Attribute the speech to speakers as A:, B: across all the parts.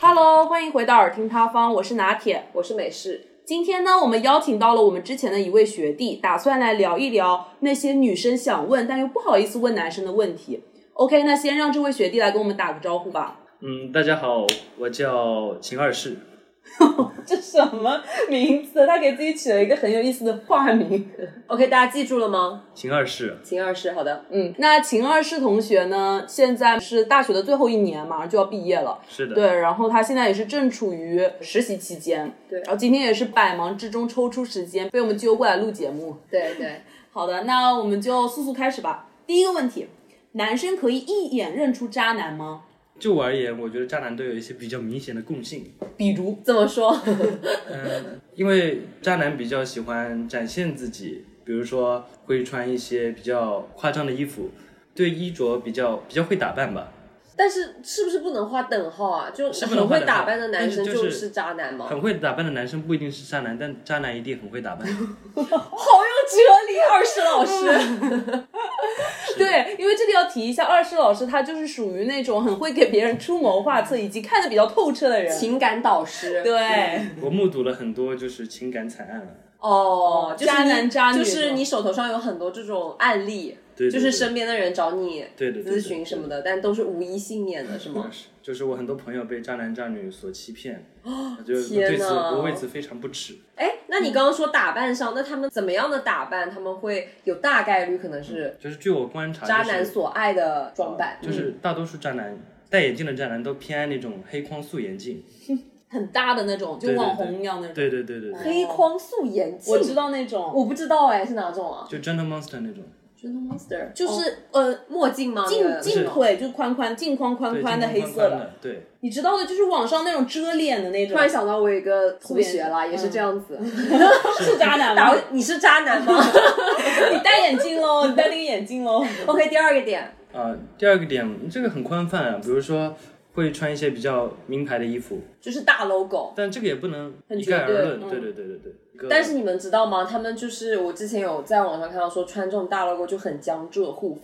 A: Hello，欢迎回到耳听他方，我是拿铁。
B: 我是美式，
A: 今天呢，我们邀请到了我们之前的一位学弟，打算来聊一聊那些女生想问但又不好意思问男生的问题。OK，那先让这位学弟来跟我们打个招呼吧。
C: 嗯，大家好，我叫秦二世，
A: 这什么名字？他给自己起了一个很有意思的化名。
B: OK，大家记住了吗？
C: 秦二世，
B: 秦二世，好的，
A: 嗯，那秦二世同学呢，现在是大学的最后一年，马上就要毕业了。
C: 是的，
A: 对，然后他现在也是正处于实习期间，
B: 对
A: 然后今天也是百忙之中抽出时间被我们揪过来录节目。
B: 对对，
A: 好的，那我们就速速开始吧。第一个问题，男生可以一眼认出渣男吗？
C: 就我而言，我觉得渣男都有一些比较明显的共性，
A: 比如，
B: 这 么说，
C: 因为渣男比较喜欢展现自己，比如说会穿一些比较夸张的衣服，对衣着比较比较会打扮吧，
B: 但是是不是不能画等号啊？就是
C: 不能
B: 很
C: 画
B: 会
C: 等号
B: 打扮的男生
C: 但是
B: 就
C: 就是
B: 是渣男吗？
C: 很会打扮的男生不一定是渣男，但渣男一定很会打 扮。
B: 好有哲理，二师 老师，
A: 对，因为这里要提一下，二师老师他就是属于那种很会给别人出谋划策，以及看得比较透彻的人。
B: 情感导师，
A: 对，
C: 我目睹了很多就是情感惨案了，
B: 哦，就是
A: 渣
B: 你
A: 男渣女
B: 就是
A: 吗
B: 你手头上有很多这种案例，
C: 对对
B: 就是身边的人找你
C: 对对对
B: 咨询什么的，但都是无一幸免的，是吗？
C: 就是我很多朋友被渣男渣女所欺骗，我就我
B: 哦天
C: 对此
B: 哪
C: 我为此非常不耻。
B: 哎，那你刚刚说打扮上，那他们怎么样的打扮，他们会有大概率可能是
C: 就是据我观察，
B: 渣
C: 就是
B: 男所爱的装扮，嗯
C: 就是大多数渣男戴眼镜的渣男都偏爱那种黑框素眼镜。
A: 很大的那种，就
C: 对对
A: 网红一样那种。
C: 对对对对对，
B: 黑框素眼镜，
A: 我知，道那种，
B: 我不知道哎，是哪种啊
C: 就 Gentle Monster 那种。
B: ？Gentle Monster，
A: 就
B: 哦
A: 是、呃。
B: 墨镜吗？那
A: 近
B: 个
A: 近腿就宽宽，近框宽
C: 对，
A: 宽的
C: 金
A: 黑
C: 光
A: 色
C: 宽
A: 的，
C: 的，对，
A: 你知道的，就是网上那种遮脸的那种
B: 突。然想到我有一个同学啦，
A: 素颜
B: 也是这样子。
A: 是渣男
B: 然
A: 吗
B: 后？你是渣男 吗
A: 你戴眼镜 喽，你戴那个眼镜喽。
B: ？OK，第二个点，
C: 啊，第二个点，这个很宽泛啊，比如说会穿一些比较名牌的衣服，
B: 就是大 logo。
C: 但这个也不能一
A: 绝
C: 概而
A: 对
C: 论，
A: 嗯
C: 对对对对对。一个
B: 但是你们知道吗？他们就是我之前有在网上看到说穿这种大 logo 就很江浙 沪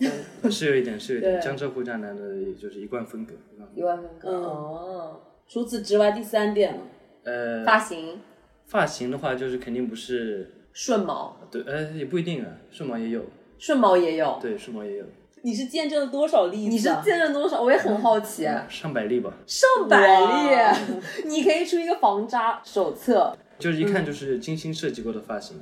B: 风，
C: 是有一点，是有一点
A: 对
C: 江浙沪渣男的，也就是一贯风格。一贯风
B: 一
C: 格
B: 万
A: 嗯
B: 分割。哦，
A: 除此之外，第三点了，
C: 呃，
B: 发型
C: 发型的话，就是肯定不是，
B: 顺毛，
C: 对，呃，也不一定啊，顺毛也有，
B: 顺毛也有。
C: 对，顺毛也有，
A: 你是见证了多少例子？啊
B: 你是嗯见证多少？我也很好奇，
C: 上百例吧，
B: 上百例， 你可以出一个防渣手册，
C: 就是一看就是精心设计过的发型。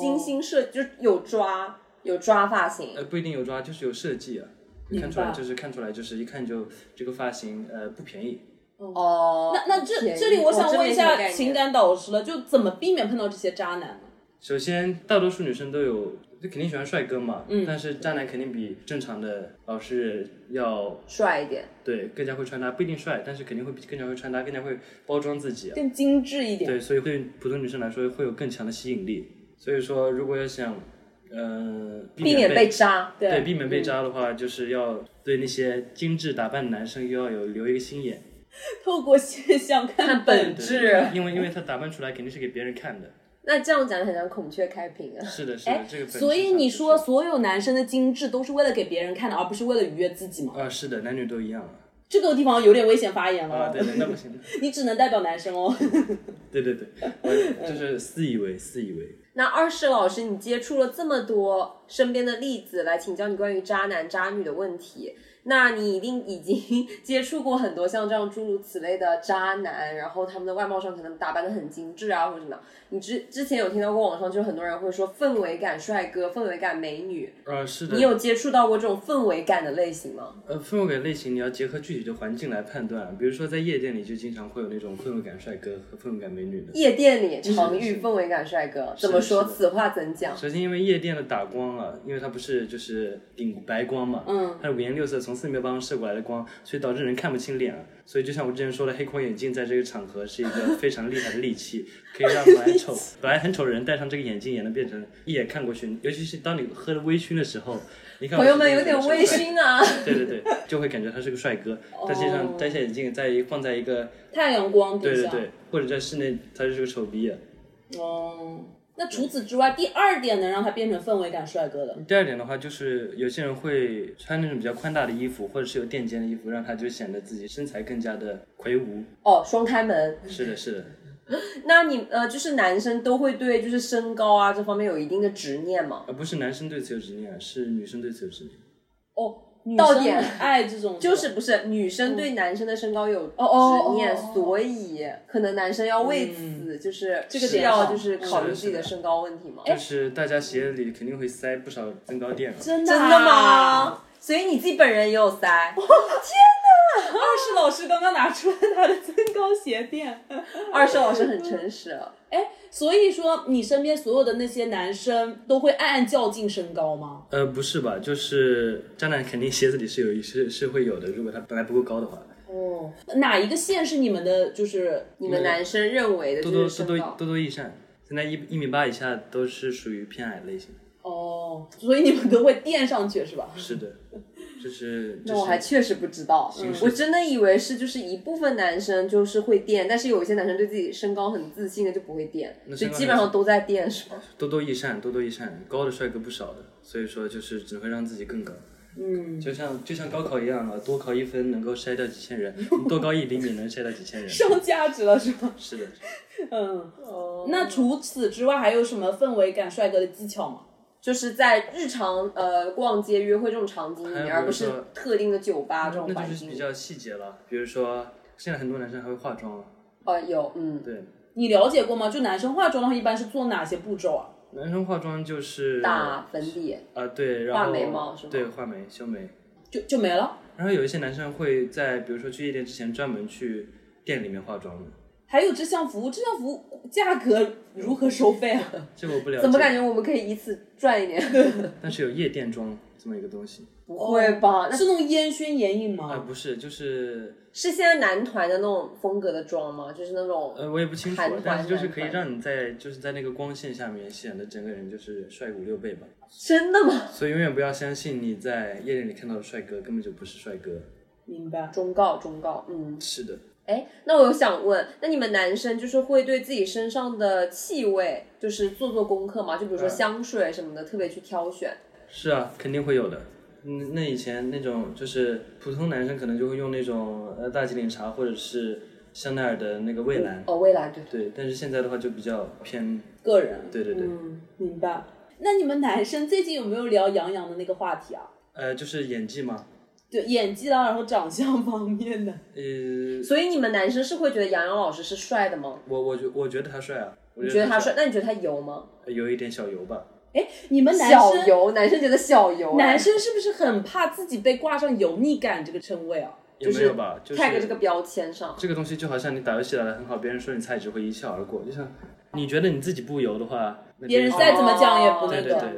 B: 精心设计，就是有抓有抓发型，
C: 呃，不一定有抓，就是有设计啊，你看出来
A: 白
C: 就是看出来就是一看就这个发型呃不便宜，
B: 哦，
A: 那那这
B: 便宜哦
A: 这里我想
B: 真
A: 问
B: 没
A: 一
B: 什么
A: 下
B: 概念
A: 情感导师了，就怎么避免碰到这些渣男呢？
C: 首先，大多数女生都有，就肯定喜欢帅哥嘛。嗯。但是渣男肯定比正常的老师要
B: 帅一点，
C: 对更加会穿搭，不一定帅，但是肯定会比更加会穿搭，更加会包装自己啊、
A: 更精致一点。
C: 对，所以对普通女生来说会有更强的吸引力。所以说，如果要想，呃，
B: 避免被
C: 被
B: 渣。
C: 对避免被
A: 嗯
C: 渣的话，就是要对那些精致打扮的男生又要有留一个心眼。
A: 透过现象看
B: 看
A: 本
B: 本
A: 质。
B: 质
C: 对因为因为他打扮出来肯定是给别人看的。
B: 那这样讲很像孔雀开屏啊。
C: 是的，是的，这个本质
A: 哎所以
C: 上
A: 你
C: 就是
A: 说，所有男生的精致都是为了给别人看的，而不是为了愉悦自己吗？
C: 啊，是的，男女都一样
A: 这个地方有点危险发言
C: 啊，
A: 了，
C: 对对，那不行，
A: 你只能代表男生哦。
C: 对对对， 我就是自以为，自以为，
B: 那二世老师，你接触了这么多身边的例子来请教你关于渣男渣女的问题，那你一定已经 接触过很多像这样诸如此类的渣男，然后他们的外貌上可能打扮的很精致啊，或者什么的。你之之前有听到过网上就是很多人会说氛围感帅哥、氛围感美女，
C: 啊，是
A: 嗯
C: 的
B: 你，有接触到过这种氛围感的类型吗？
C: 呃，氛围感类型你要结合具体的环境来判断，啊比如说在夜店里就经常会有那种氛围感帅哥和氛围感美女的。
B: 夜店里常遇氛围感帅哥，怎么说？
C: 嗯是的
B: 此话怎讲？
C: 首先，因为夜店的打光啊，因为它不是就是顶白光嘛，嗯，它是五颜六色从四面八方射过来的光，所以导致人看不清脸啊。所以就像我之前说的，黑框眼镜在这个场合是一个非常厉害的利器，可以让本来 丑、本来很丑的人戴上这个眼镜也能变成一眼看过去。尤其是当你喝的微醺的时候，你看我
B: 朋友们
C: 是
B: 有
C: 不是就
B: 点
C: 是
B: 微
C: 帅哥
B: 醺啊。哦
C: 对对对，就会感觉他是个帅哥。但实际上摘下眼镜，在一放在一个
A: 太阳光底
C: 对对
A: 下，
C: 啊对，或者在室内他就是个丑逼啊。
A: 哦，那除此之外，第二点能让他变成氛围感帅哥的，
C: 第二点的话，就是有些人会穿那种比较宽大的衣服，或者是有垫肩的衣服，让他就显得自己身材更加的魁梧。
B: 哦，双开门。
C: 是的，是的，
B: 那你呃，就是男生都会对就是身高啊这方面有一定的执念吗？
C: 而不是男生对此有执念，是女生对此有执念。
B: 哦，
A: 女
B: 到
A: 生
B: 点
A: 很爱这种
B: 就是不是女生对男生的身高有
C: 嗯
A: 哦
B: 执念，
A: 哦哦
B: 所以可能男生要为
C: 嗯
B: 此就是
A: 这个
B: 是
A: 点
B: 要
A: 上
B: 就是考虑
C: 是的
B: 自
C: 是
B: 己的
C: 的哎
B: 身高问题吗？
C: 就是大家鞋里肯定会塞不少增高垫啊。
A: 真的
B: 真
A: 真
B: 的吗？？所以你自己本人也有塞，
A: 二是老师刚刚拿出了他的增高鞋垫。
B: 二少老师
C: 嗯
B: 很诚实。啊
A: 哎，所以说你身边所有的那些男生都会暗暗较劲身高吗？
C: 呃，不是吧？就是渣男肯定鞋子里是有一是是会有的，如果他本来不够高的话，
A: 哦，哪一个县是你们的？就是
B: 你们男生认为的
C: 多
B: 就
C: 多
B: 是身
C: 多多
B: 高，
C: 多多益善。现在一一米八以下都是属于偏矮类型。
A: 哦，所以你们都会垫上去是吧？
C: 是的，就是就
B: 那我还
C: 是
B: 确实不知道，我真的以为是就是一部分男生就是会垫，但是有一些男生对自己身高很自信的就不会垫，所以
C: 身高
B: 基本上都在垫，是吗？
C: 多多益善，多多益善，高的帅哥不少的，所以说就是只会让自己更高。嗯，就像就像高考一样啊，多考一分能够筛掉几千 人，你多高一厘米能筛掉几千人。
A: 上价值了是吧？
C: 是的，
A: 嗯，
B: 哦
A: 那除此之外还有什么氛围感帅哥的技巧吗？
B: 就是在日常呃逛街约会这种场景里面，
C: 还
B: 而
C: 有比如
B: 不是
C: 说
B: 特定的酒吧这种
C: 那
B: 环
C: 就是比
B: 境。
C: 较细节了，比如说现在很多男生还会化妆啊，
B: 呃，有，嗯，
C: 对，
A: 你了解过吗？就男生化妆的话，一般是做哪些步骤啊？
C: 男生化妆就是
B: 打粉底，
C: 啊，对，然后
B: 画眉毛是吗
C: 对，画眉、修眉。
A: 就就没了。
C: 然后有一些男生会在，比如说去夜店之前专门去店里面化妆的，
A: 还有这项服务，这项服务价格如何收费啊？
C: 这个我不了解。
B: 怎么感觉我们可以以此赚一点？
C: 但是有夜店妆这么一个东西
B: 不
C: 哦
B: 会吧？那
A: 哦是那种烟熏眼影吗？
C: 啊、不是，就是
B: 是现在男团的那种风格的妆吗？就是那种
C: 呃，我也不清楚
B: 韩团，
C: 但是就是
B: 韩
C: 可以
B: 团
C: 让你在就是在那个光线下面显得整个人就是帅五六倍吧。
B: 真的吗？
C: 所以永远不要相信你在夜店里看到的帅哥根本就不是帅哥。
A: 明白。
B: 忠告，忠告，嗯，
C: 是的，
B: 哎，那我有想问，那你们男生就是会对自己身上的气味，就是做做功课吗？就
C: 嗯
B: 比如说香水什么的，特别去挑选。
C: 是啊，肯定会有的。嗯，那以前那种就是普通男生可能就会用那种呃大吉岭茶或者是香奈儿的那个蔚蓝，
B: 哦，未来对，
C: 对。但是现在的话就比较偏，
A: 个人。
C: 对对对，
A: 嗯，明白。那你们男生最近有没有聊杨洋的那个话题啊？
C: 呃，就是演技嘛，
A: 对，演技啦，然后长相方面的。
C: 呃，
B: 所以你们男生是会觉得杨洋老师是帅的吗？
C: 我我觉我觉得他帅啊，我
B: 你觉得他
C: 他
B: 帅？，那你觉得他油吗？
C: 有一点小油吧。
A: 哎，你们男
B: 小
A: 生，
B: 油，男生觉得小油、啊
A: 男生是不是很怕自己被挂上油腻感这个称谓啊？
C: 也没有吧，就是
B: tag 这个标签上。
C: 这个东西就好像你打游戏打得很好，别人说你菜只会一笑而过，就像你觉得你自己不油的话，那
A: 别人再怎么讲也不那
C: 对
A: 个
C: 对
B: 哦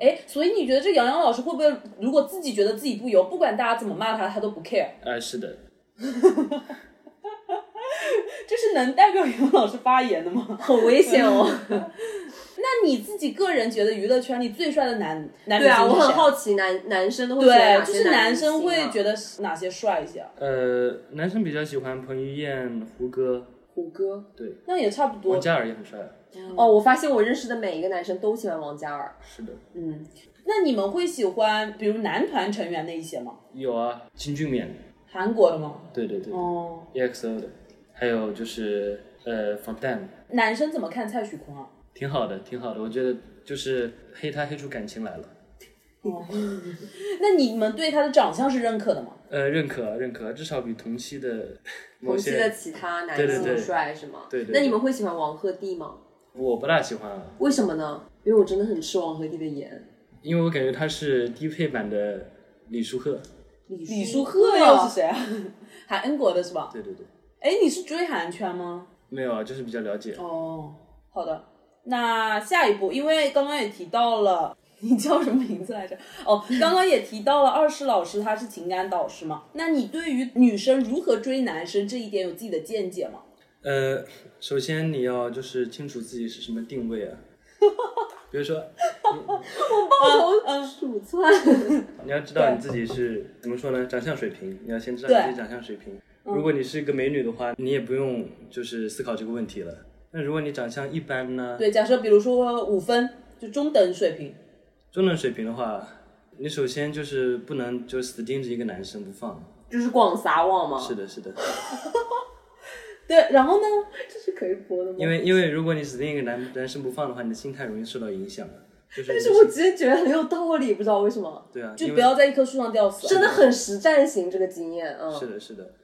C: 对。
A: 哎，所以你觉得这杨洋老师会不会，如果自己觉得自己不油，不管大家怎么骂他，他都不 care？
C: 呃，是的，
A: 这是能代表杨洋老师发言的吗？
B: 很危险哦。
A: 那你自己个人觉得娱乐圈里最帅的男男明星
B: 对啊，我
A: 是谁
B: 很好奇男男生都会觉得
A: 对，
B: 哪
A: 就
B: 些
A: 是啊男
B: 明
A: 生
B: 星
A: 会
B: 啊
A: 觉得是哪些帅一些啊？
C: 呃，男生比较喜欢彭于晏、胡歌，
B: 胡歌。
C: 对，
A: 那也差不多。
C: 王嘉尔也很帅啊，
B: 哦，我发现我认识的每一个男生都喜欢王嘉尔。
C: 是的，
B: 嗯，
A: 那你们会喜欢比如男团成员那一些吗？
C: 有啊，金俊勉，
A: 韩国的吗？
C: 对对对
A: 哦，
C: ，EXO 的，还有就是呃防弹，
A: 男生怎么看蔡徐坤啊？
C: 挺好的，挺好的，我觉得就是黑他黑出感情来了，
A: 那你们对他的长相是认可的吗？
C: 呃，认可认可，至少比同期的某
B: 同期的
C: 些
B: 其他男
C: 对对
B: 性
C: 对
B: 帅是吗？
C: 对对对
B: 那你们会喜欢王鹤棣吗？
C: 我不大喜欢啊。
B: 为什么呢？因为我真的很吃王鹤棣的颜。
C: 因为我感觉他是低配版的李书赫。
A: 李
B: 李
A: 书赫又是谁啊？韩国的是吧？
C: 对对对，
A: 哎，你是追韩圈吗？
C: 没有啊，就是比较了解。
A: 哦，好的。那下一步，因为刚刚也提到了， 你叫什么名字来着？哦，刚刚也提到了二师老师，他是情感导师嘛。那你对于女生如何追男生这一点有自己的见解吗？
C: 呃，首先你要就是清楚自己是什么定 位啊。比如说，
B: 头鼠窜。
C: 你要知道你自己是怎么说呢？长相水平，你要
A: 嗯
C: 先知道你自己长相水平。如果你是一个美女的话，你也不用就是思考这个问题了。那如果你长相一般呢，
A: 对，假设比如说五分，就中等水平，
C: 中等水平的话，你首先就是不能就死盯着一个男生不放。
B: 就是广撒网嘛。
C: 是的，是的，
A: 对，然后呢？
B: 这是可以播的吗？
C: 因为因为如果你死盯一个男男生不放的话，你的心态容易受到影响的。就是
B: 但
C: 你
B: 是我真觉得很有道理，不知道为什么，
C: 对啊，
A: 就
C: 因为
A: 不要在一棵树上吊死。
B: 真的很实战型这个经验，嗯，
C: 是的，是的，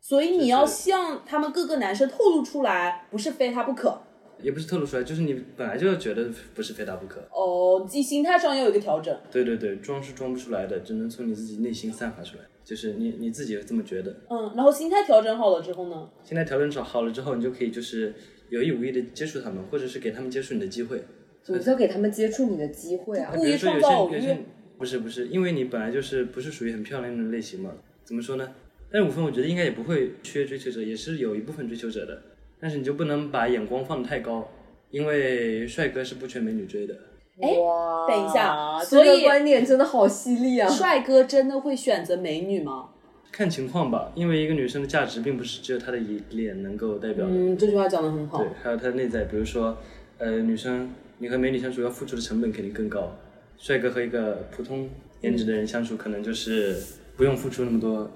A: 所以你要
C: 是
A: 向他们各个男生透露出来，不是非他不可。
C: 也不是透露出来，就是你本来就觉得不是非他不可。
A: 哦，自己心态上要有一个调整。
C: 对对对，装是装不出来的，只能从你自己内心散发出来，就是你你自己这么觉得。
A: 嗯，然后心态调整好了之后呢？
C: 现在调整好好了之后，你就可以就是有意无意的接触他们，或者是给他们接触你的机会。
B: 你就给他们接触你的机会啊。
A: 故
C: 比
A: 意
C: 如说有
A: 创
C: 些
A: 造偶
C: 有
A: 遇
C: 些。不是不是，因为你本来就是不是属于很漂亮的类型嘛，怎么说呢？但是五分我觉得应该也不会缺追求者，也是有一部分追求者的，但是你就不能把眼光放得太高，因为帅哥是不缺美女追的。
A: 哎
B: 哇，
A: 等一下
B: 这个
A: 所以
B: 观点真的好犀利啊！
A: 帅哥真的会选择美女吗？
C: 看情况吧，因为一个女生的价值并不是只有她的一脸能够代表的，
A: 嗯，这句话讲的很好
C: 对，还有她的内在。比如说，呃，女生你和美女相处要付出的成本肯定更高，帅哥和一个普通颜值的人相处，可能就是不用付出那么多。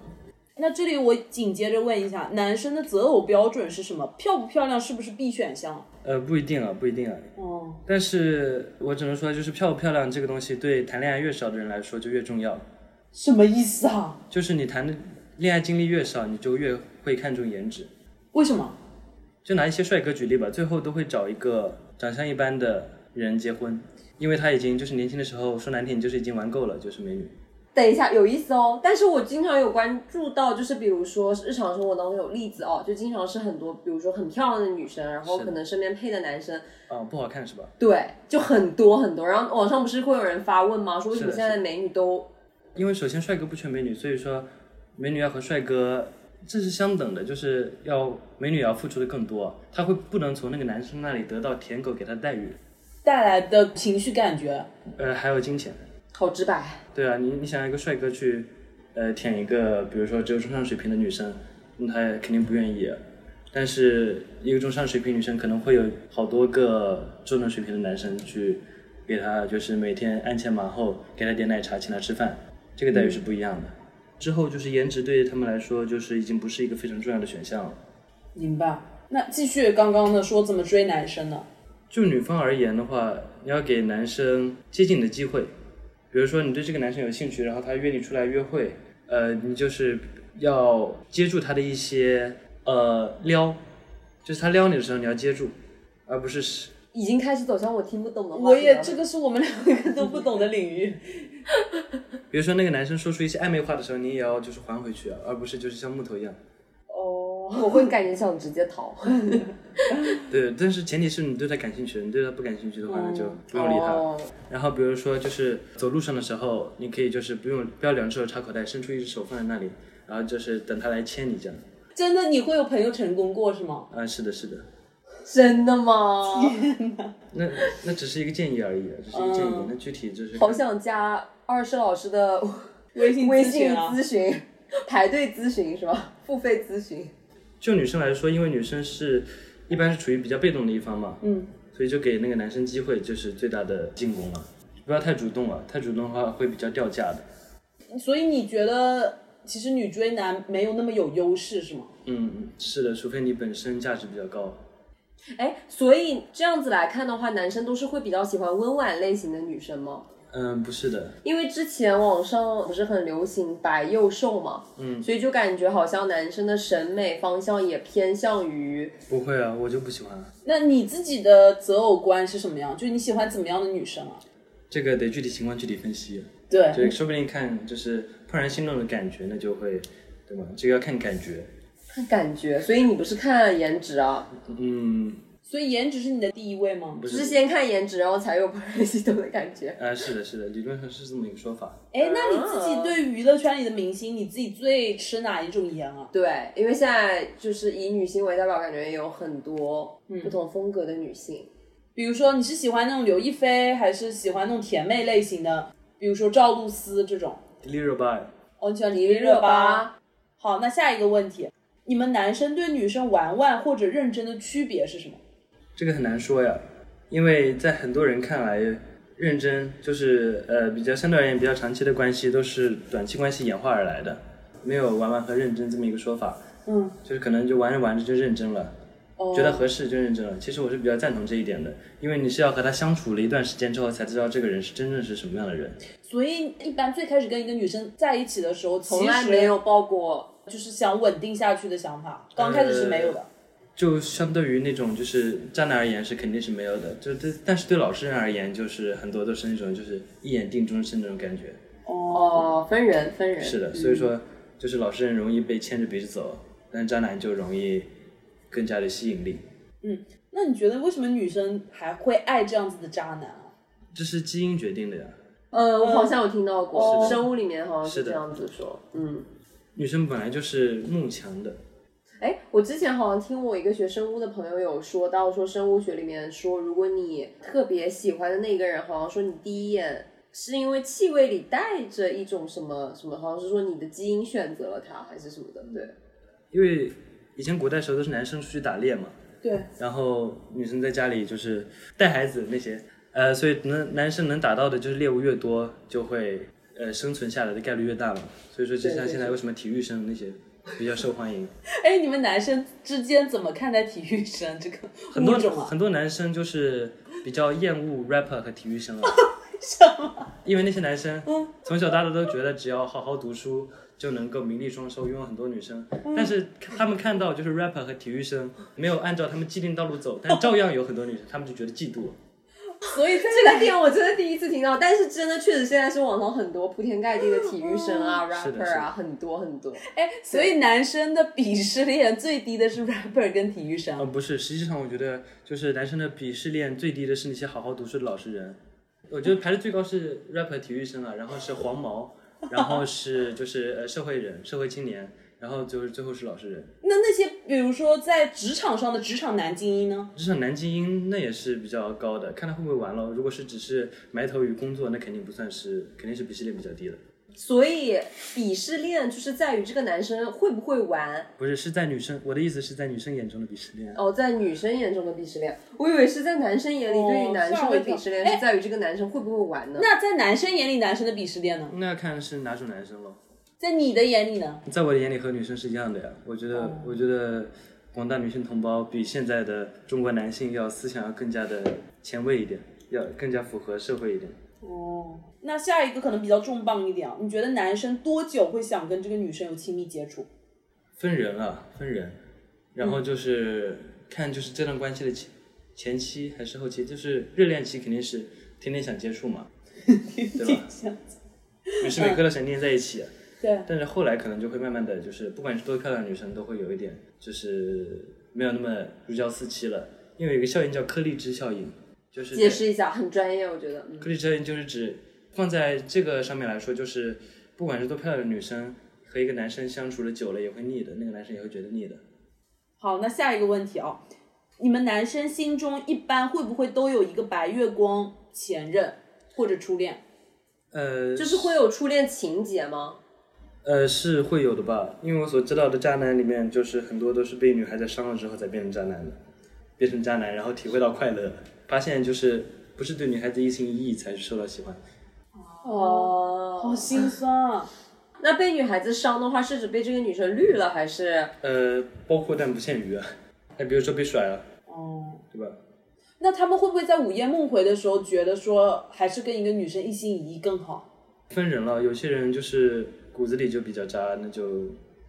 A: 那这里我紧接着问一下，男生的择偶标准是什么？漂不漂亮是不是必选项？
C: 呃，不一定啊，不一定啊。
A: 哦，
C: 但是我只能说，就是漂不漂亮这个东西，对谈恋爱越少的人来说就越重要。
A: 什么意思啊？
C: 就是你谈的恋爱经历越少，你就越会看重颜值。
A: 为什么？
C: 就拿一些帅哥举例吧，最后都会找一个长相一般的人结婚，因为他已经就是年轻的时候说难听，就是已经玩够了，就是美女。
B: 等一下，有意思哦。但是我经常有关注到，就是比如说日常生活当中有例子哦，就经常是很多，比如说很漂亮的女生，然
C: 是
B: 后
C: 的
B: 可能身边配的男生，
C: 啊、不好看是吧？
B: 对，就很多很多。然后网上不是会有人发问吗？说为什么
C: 是的
B: 现在的美女都
C: 因为首先帅哥不缺美女，所以说美女要和帅哥这是相等的，就是要美女也要付出的更多，她会不能从那个男生那里得到舔狗给她的待遇，
A: 带来的情绪感觉？
C: 呃，还有金钱。
B: 好直白？
C: 对啊，你你想要一个帅哥去，呃，舔一个比如说只有中上水平的女生，那他肯定不愿意。啊但是一个中上水平女生可能会有好多个中等水平的男生去给她，就是每天鞍前马后，给她点奶茶，请她吃饭，这个待遇是不一样的。之后就是颜值对他们来说，就是已经不是一个非常重要的选项了。
A: 明白。那继续刚刚的说怎么追男生呢？
C: 就女方而言的话，你要给男生接近的机会，比如说你对这个男生有兴趣，然后他约你出来约会，呃，你就是要接住他的一些呃撩，就是他撩你的时候你要接住，而不是是
B: 已经开始走向我听不懂的话题了。
A: 我也，这个是我们两个都不懂的领域。
C: 比如说那个男生说出一些暧昧话的时候，你也要就是还回去啊，而不是就是像木头一样。
B: 哦，我会感觉想直接 逃。
C: 对，但是前提是你对他感兴趣，你对他不感兴趣的话，那就不用理他。
B: 哦，
C: 然后比如说就是走路上的时候，你可以就是不用不要两只手插口袋，伸出一只手放在那里，然后就是等他来牵你这样。
A: 真的，你会有朋友成功过是吗？
C: 啊，是的，是的，
B: 真的 吗？
C: 那那只是一个建议而已，只是一个建议，那具体就是
B: 好想加二师老师的
A: 微信
B: 微
A: 咨询
B: 信
A: 啊
B: 咨询，排队咨询是吧？付费咨询。
C: 就女生来说，因为女生是一般是处于比较被动的一方嘛，
A: 嗯，
C: 所以就给那个男生机会就是最大的进攻了，不要太主动了，太主动的话会比较掉价的。
A: 所以你觉得其实女追男没有那么有优势是吗？
C: 嗯，是的，除非你本身价值比较高。
B: 哎，所以这样子来看的话，男生都是会比较喜欢温婉类型的女生吗？
C: 嗯，不是的，
B: 因为之前网上不是很流行白幼瘦嘛，嗯，所以就感觉好像男生的审美方向也偏向于
C: 不会啊，我就不喜欢啊。
A: 那你自己的择偶观是什么样？就是你喜欢怎么样的女生啊？
C: 这个得具体情况具体分析啊。
A: 对，
C: 对，说不定看就是怦然心动的感觉，那就会，对吗？这个要看感觉。
B: 看感觉，所以你不是看颜值啊，
C: 嗯，
A: 所以颜值是你的第一位吗？
C: 不
B: 就是
C: 是，
B: 先看颜值，然后才有怦然心动的感觉。
C: 啊，是的，是的，理论上是这么一个说法。
A: 哎，那你自己对娱乐圈里的明星，你自己最吃哪一种颜啊？
B: 对，因为现在就是以女性为代表，感觉也有很多不同风格的女性。
C: 嗯
A: 比如说，你是喜欢那种刘亦菲，还是喜欢那种甜妹类型的？比如说赵露思这种。
C: Little by，
A: 哦，你喜欢林
B: 林热
A: 巴。
B: 巴，
A: 好，那下一个问题，你们男生对女生玩玩或者认真的区别是什么？
C: 这个很难说呀，因为在很多人看来，认真就是呃比较相对而言比较长期的关系都是短期关系演化而来的，没有玩玩和认真这么一个说法。
A: 嗯，
C: 就是可能就玩着玩着就认真了，
A: 哦
C: 觉得合适就认真了。其实我是比较赞同这一点的，因为你是要和他相处了一段时间之后，才知道这个人是真正是什么样的人。
A: 所以一般最开始跟一个女生在一起的时候，
B: 从
A: 从
B: 来没有抱过。
A: 就是想稳定下去的想法，刚开始是没有的。
C: 就相对于那种就是渣男而言是肯定是没有的，就这但是对老实人而言，就是很多都是那种就是一眼定终身那种感觉。
B: 哦，分人分人嗯
C: 是的，所以说就是老实人容易被牵着鼻子走，但是渣男就容易更加的吸引力。
A: 那你觉得为什么女生还会爱这样子的渣男啊？
C: 这是基因决定的呀。
B: 呃，我好像有听到过，
A: 哦
B: 生物里面好
C: 嗯
B: 像
C: 是的
B: 这样子说，嗯。
C: 女生本来就是慕强的，
B: 哎，我之前好像听我一个学生物的朋友有说到，说生物学里面说，如果你特别喜欢的那个人，好像说你第一眼是因为气味里带着一种什么什么，好像是说你的基因选择了他，还是什么的，对。
C: 因为以前古代时候都是男生出去打猎嘛，
A: 对，
C: 然后女生在家里就是带孩子那些，呃，所以能男生能打到的就是猎物越多，就会呃生存下来的概率越大嘛。所以说，就
B: 对
C: 像
B: 对
C: 现在为什么体育生那些比较受欢迎，
A: 哎，你们男生之间怎么看待体育生这个
C: 很
A: 物
C: 多
A: 种啊？
C: 很多男生就是比较厌恶 rapper 和体育生啊。因为那些男生从小到大都觉得只要好好读书就能够名利双收，拥有很多女生。但是他们看到就是 rapper 和体育生没有按照他们既定道路走，但照样有很多女生，他们就觉得嫉妒。
A: 所以在
B: 这个点我真的第一次听到，但是真的确实现在是网上很多铺天盖地的体育生啊、
C: 嗯是的
B: rapper 啊，很多很多。
A: 哎，所以男生的鄙视链最低的是 rapper 跟体育
C: 呃，
A: 生。
C: 不是，实际上我觉得就是男生的鄙视链最低的是那些好好读书的老实人。我觉得排的最高是 rapper 体育生啊，然后是黄毛，然后是就是呃社会人、社会青年，然后就是最后是老实人。
A: 那那些比如说在职场上的职场男精英呢？
C: 职场男精英那也是比较高的，看他会不会玩了。如果是只是埋头于工作，那肯定不算是，肯定是鄙视链比较低的。
B: 所以鄙视链就是在于这个男生会不会玩，
C: 不是，是在女生，我的意思是在女生眼中的鄙视链。
B: 哦，在女生眼中的鄙视链，我以为是在男生眼里
A: 哦
B: 对于男生的鄙视
A: 吓我一
B: 链
A: 跳
B: 是在于这个男生会不会玩呢？
A: 那在男生眼里，男生的鄙视链呢？
C: 那要看是哪种男生咯。
A: 在你的眼里呢？
C: 在我的眼里和女生是一样的呀。我觉得，我觉得广大女性同胞比现在的中国男性要思想要更加的前卫一点，要更加符合社会一点。
A: 哦，那下一个可能比较重磅一点啊，你觉得男生多久会想跟这个女生有亲密接触？
C: 分人啊，分人，然
B: 嗯
C: 后就是、看就是这段关系的前前期还是后期，就是热恋期肯定是天天想接触 嘛，对吧？每时每刻都想念在一
B: 嗯
C: 起、啊
A: 对，
C: 但是后来可能就会慢慢的就是，不管是多漂亮的女生，都会有一点就是没有那么如胶似漆了，因为有一个效应叫颗粒之效应，就是
B: 解释一下，很专业，我觉得。嗯
C: 颗粒之效应就是指放在这个上面来说，就是不管是多漂亮的女生和一个男生相处的久了也会腻的，那个男生也会觉得腻的。
A: 好，那下一个问题啊，你们男生心中一般会不会都有一个白月光前任或者初恋？
C: 呃，
B: 就是会有初恋情节吗？
C: 呃，是会有的吧？因为我所知道的渣男里面，就是很多都是被女孩子伤了之后才变成渣男的，变成渣男，然后体会到快乐，发现就是不是对女孩子一心一意才受到喜欢，
A: 好
B: 哦，
A: 心酸啊！
B: 那被女孩子伤的话，是指被这个女生绿了，还是
C: 呃，包括但不限于啊，那比如说被甩了，
A: 哦，
C: 对吧？
A: 那他们会不会在午夜梦回的时候觉得说，还是跟一个女生一心一意更 好？
C: 分人了，有些人就是骨子里就比较渣，那就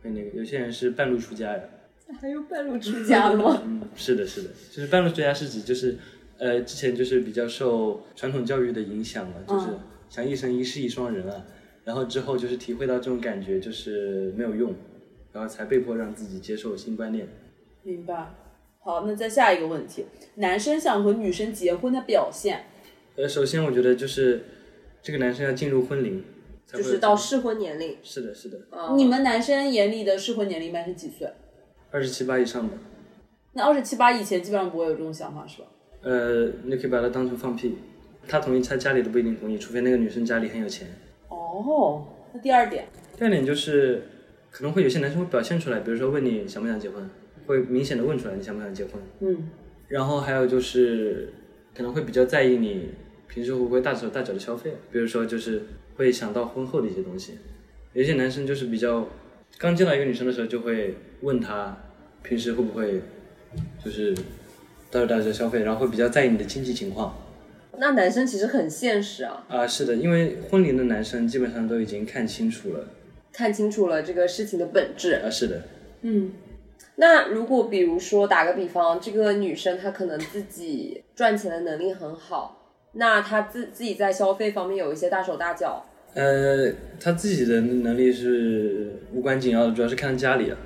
C: 会那个；有些人是半路出家呀，
B: 还有半路出家了吗？
C: 嗯，是的，是的，就是半路出家是指就是，呃，之前就是比较受传统教育的影响了，就是
B: 嗯
C: 想一生一世一双人啊，然后之后就是体会到这种感觉就是没有用，然后才被迫让自己接受新观念。
A: 明白。好，那再下一个问题，男生想和女生结婚的表现，
C: 呃，首先我觉得就是这个男生要进入婚龄，才
B: 就
C: 会
B: 是到嗯适婚年龄，
C: 是的，是的，
A: 你们男生眼里的适婚年龄一般是几岁？
C: 二十七八以上的，
A: 那二十七八以前基本上不会有这种想法，是吧？
C: 呃，你可以把它当成放屁，他同意，他家里都不一定同意，除非那个女生家里很有钱。
A: 哦，那第二点，
C: 第二点就是，可能会有些男生会表现出来，比如说问你想不想结婚，会明显的问出来你想不想结婚，
A: 嗯，
C: 然后还有就是可能会比较在意你平时会不会大手大脚的消费，比如说就是会想到婚后的一些东西。有些男生就是比较刚见到一个女生的时候就会问她平时会不会就是大手大脚消费，然后会比较在意你的经济情况。
B: 那男生其实很现实啊，
C: 啊，是的，因为婚龄的男生基本上都已经看清楚了。
B: 看清楚了这个事情的本质。
C: 啊，是的，
A: 嗯，
B: 那如果比如说打个比方，这个女生她可能自己赚钱的能力很好，那她自自己在消费方面有一些大手大脚，
C: 呃，他自己的能力是无关紧要的，主要是看他家里啊，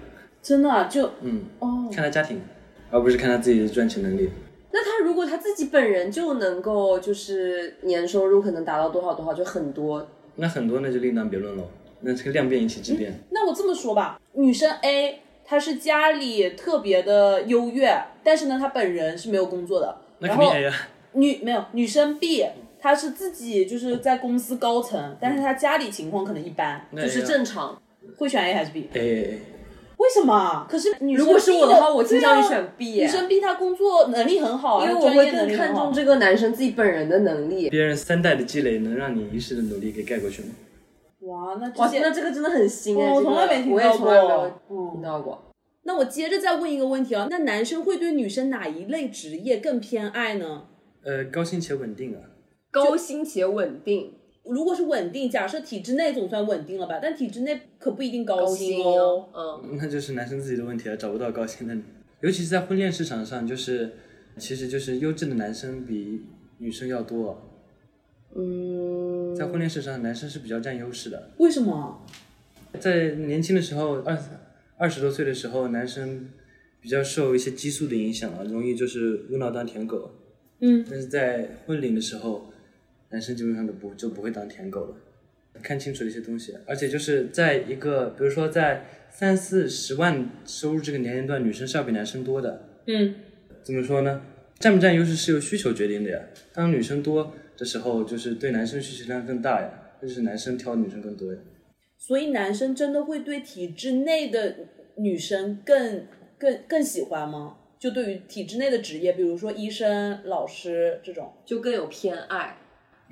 A: 真的啊就
C: 嗯，
A: 哦，
C: 看他家庭，而不是看他自己的赚钱能力。
B: 那她如果她自己本人就能够就是年收入可能达到多少多少就很多，
C: 那很多那就另当别论喽，那这个量变引起质变。
A: 那我这么说吧，女生 A 她是家里特别的优越，但是呢，她本人是没有工作的。
C: 那
A: 然
C: 肯定
A: 后
C: A 啊，
A: 女没有女生 B，她是自己就是在公司高层，但是她家里情况可能一般。
C: 那哎
B: 就
C: A
B: 是
C: 啊
B: 正常。
A: 会选 A 还是 B？
C: A A A，
A: 为什么？可是女生
B: 如果是我的
A: B
B: 话，我倾向于
A: 对啊
B: 选 B，耶、
A: 女生 B 她工作能力很好啊，
B: 因为
A: 她
B: 我
A: 专
B: 会
A: 业能
B: 更
A: 力
B: 看
A: 很好
B: 重这个男生自己本人的能力。
C: 别人三代的积累能让你一世的努力给盖过去吗？
A: 哇，那
B: 哇
A: 这，些
B: 那这个真的很新哎、
A: 哦
B: 这
A: 我
B: 个
A: 从来没听
B: 我也
A: 到
B: 从来没有
A: 过嗯
B: 听到过。
A: 那我接着再问一个问题啊，那男生会对女生哪一类职业更偏爱呢？
C: 呃，高薪且稳定啊，
B: 高薪且稳定，
A: 如果是稳定，假设体制内总算稳定了吧，但体制内可不一定高薪
B: 哦
A: 哦。，
B: 嗯，
C: 那就是男生自己的问题啊，找不到高薪的，尤其是在婚恋市场上，就是其实就是优质的男生比女生要多啊、
B: 嗯，
C: 在婚恋市场，男生是比较占优势的。
A: 为什么？
C: 在年轻的时候，二二十多岁的时候，男生比较受一些激素的影响啊，容易就是无脑当舔狗。
A: 嗯，
C: 但是在婚龄的时候，男生基本上都不就不会当舔狗了，看清楚了一些东西，而且就是在一个比如说在三四十万收入这个年龄段，女生是要比男生多的。
A: 嗯，
C: 怎么说呢？占不占优势是由需求决定的呀。当女生多的时候，就是对男生需求量更大呀，那就是男生挑女生更多呀。
A: 所以男生真的会对体制内的女生更更更喜欢吗？就对于体制内的职业，比如说医生、老师这种，
B: 就更有偏爱。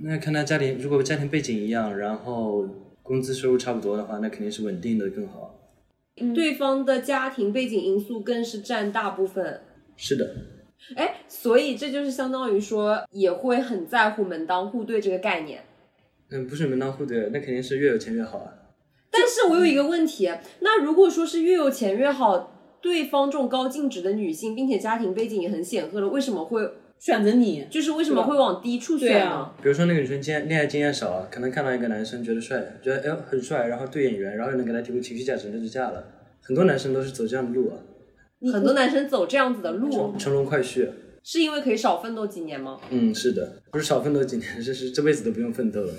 C: 那看他家庭，如果家庭背景一样，然后工资收入差不多的话，那肯定是稳定的更好。
B: 对方的家庭背景因素更是占大部分，
C: 是的，
B: 哎，所以这就是相当于说也会很在乎门当户对这个概念。
C: 嗯，不是门当户对，那肯定是越有钱越好啊。
B: 但是我有一个问题，那如果说是越有钱越好，对方这种高净值的女性，并且家庭背景也很显赫了，为什么会
A: 选择你，
B: 就是为什么会往低处
A: 对
B: 选呢
A: 啊？
C: 比如说那个女生经验恋爱经验少啊，可能看到一个男生觉得帅，觉得哎呦很帅，然后对眼缘，然后又能给他提供情绪价值，那就嫁了。很多男生都是走这样的路啊，
B: 很多男生走这样子的路，
C: 乘龙快婿。啊
B: 是因为可以少奋斗几年吗？
C: 嗯，是的，不是少奋斗几年，是是这辈子都不用奋斗了。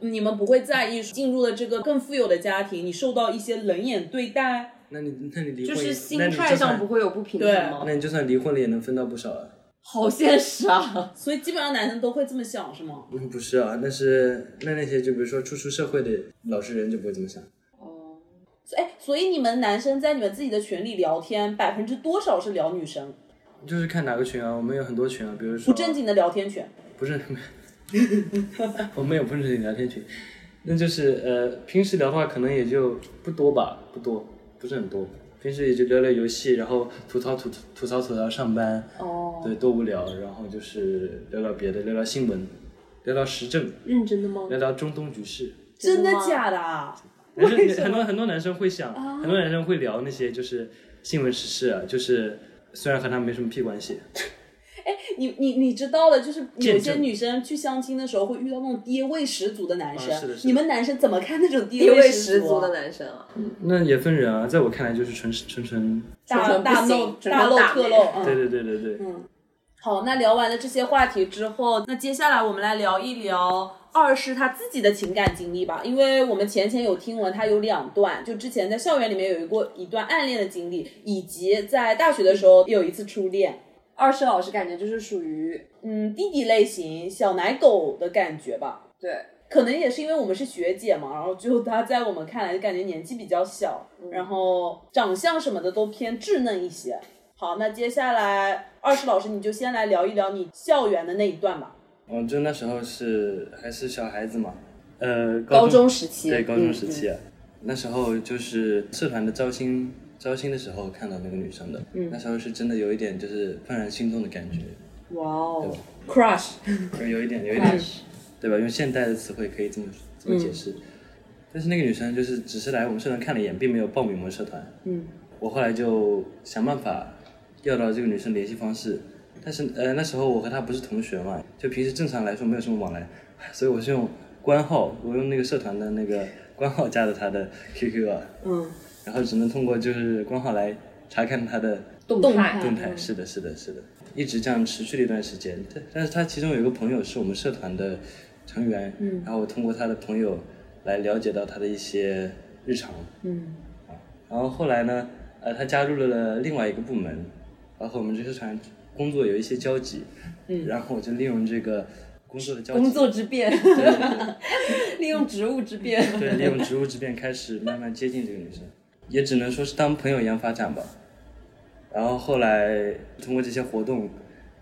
A: 你们不会在意进入了这个更富有的家庭，你受到一些冷眼对待。
C: 那你那你离
B: 就
C: 婚也，
B: 是心
C: 那你
B: 态
C: 就
B: 上
C: 算
B: 不，会有不平衡吗？
C: 那你就算离婚了也能分到不少啊。
B: 好现实啊！
A: 所以基本上男生都会这么想，是吗？
C: 嗯，不是啊，那是那那些就比如说初出社会的老实人就不会这么想。
B: 哦，
A: 哎，所以你们男生在你们自己的群里聊天，百分之多少是聊女生？
C: 就是看哪个群啊，我们有很多群啊，比如说
A: 不正经的聊天群，
C: 不正，我们有不正经聊天群，那就是呃平时聊的话可能也就不多吧，不多，不是很多。平时也就聊聊游戏，然后吐槽吐吐槽吐槽上班，
A: 哦，
C: 对，多无聊。然后就是聊聊别的，聊聊新闻，聊聊时政，
B: 认真的吗？
C: 聊聊中东局势。
A: 真的
B: 真的吗
A: 假的啊？
C: 男生很多很多男生会想，
B: 啊
C: 很多男生会聊那些就是新闻时事啊，就是虽然和他没什么屁关系，
A: 你你你知道了，就是有
C: 见
A: 些
C: 证
A: 女生去相亲的时候会遇到那种爹味十足的男生，
C: 啊是的是的
A: 你们男生怎么看那种
B: 地
A: 爹
B: 位
A: 十
B: 十足
A: 啊
B: 的男生啊，
C: 那也分人啊。在我看来就是纯纯纯，
A: 大
B: 纯纯
A: 大
B: 不行
A: 漏
B: 纯纯
A: 大漏
B: 大
A: 特
B: 妹
A: 漏？嗯
C: 对对对对对，
A: 好，那聊完了这些话题之后，那接下来我们来聊一聊二是他自己的情感经历吧，因为我们前前有听闻他有两段，就之前在校园里面有一过一段暗恋的经历，以及在大学的时候有一次初恋，
B: 二世老师感觉就是属于
A: 嗯，弟弟类型小奶狗的感觉吧。
B: 对，
A: 可能也是因为我们是学姐嘛，然后就她在我们嗯看来就感觉年纪比较小，然后长相什么的都偏稚嫩一些。好，那接下来二师老师，你就先来聊一聊你校园的那一段吧。
C: 嗯，就那时候是还是小孩子嘛，呃，
B: 高
C: 中
B: 中时期，
C: 对高中时
B: 嗯
C: 期，啊那时候就是社团的招新招新的时候看到那个女生的，
B: 嗯
C: 那时候是真的有一点就是怦然心动的感觉，
A: 哇哦，crush，
C: 就有一点有一点，对吧？用现代的词汇可以这么这么解释。
A: 嗯
C: 但是那个女生就是只是来我们社团看了一眼，并没有报名我们社团。
A: 嗯，
C: 我后来就想办法要到这个女生联系方式，但是呃那时候我和她不是同学嘛，就平时正常来说没有什么往来， 所以我是用官号，我用那个社团的那个官号加的她的 QQ 啊，
A: 嗯，
C: 然后只能通过就是官号来查看她的
B: 动
A: 动
B: 态
A: 态
C: 动态。是的，是的，是的，一直这样持续了一段时间。但但是她其中有一个朋友是我们社团的成员，嗯，然后我通过她的朋友来了解到她的一些日常，啊
A: 嗯，
C: 然后后来呢，呃，他加入了另外一个部门，然后我们这个团工作有一些交集，嗯，然后我就利用这个工作的交集，
B: 工作之 便，利用职务之便。
C: 对，利用职务之便开始慢慢接近这个女生，也只能说是当朋友一样发展吧。然后后来通过这些活动，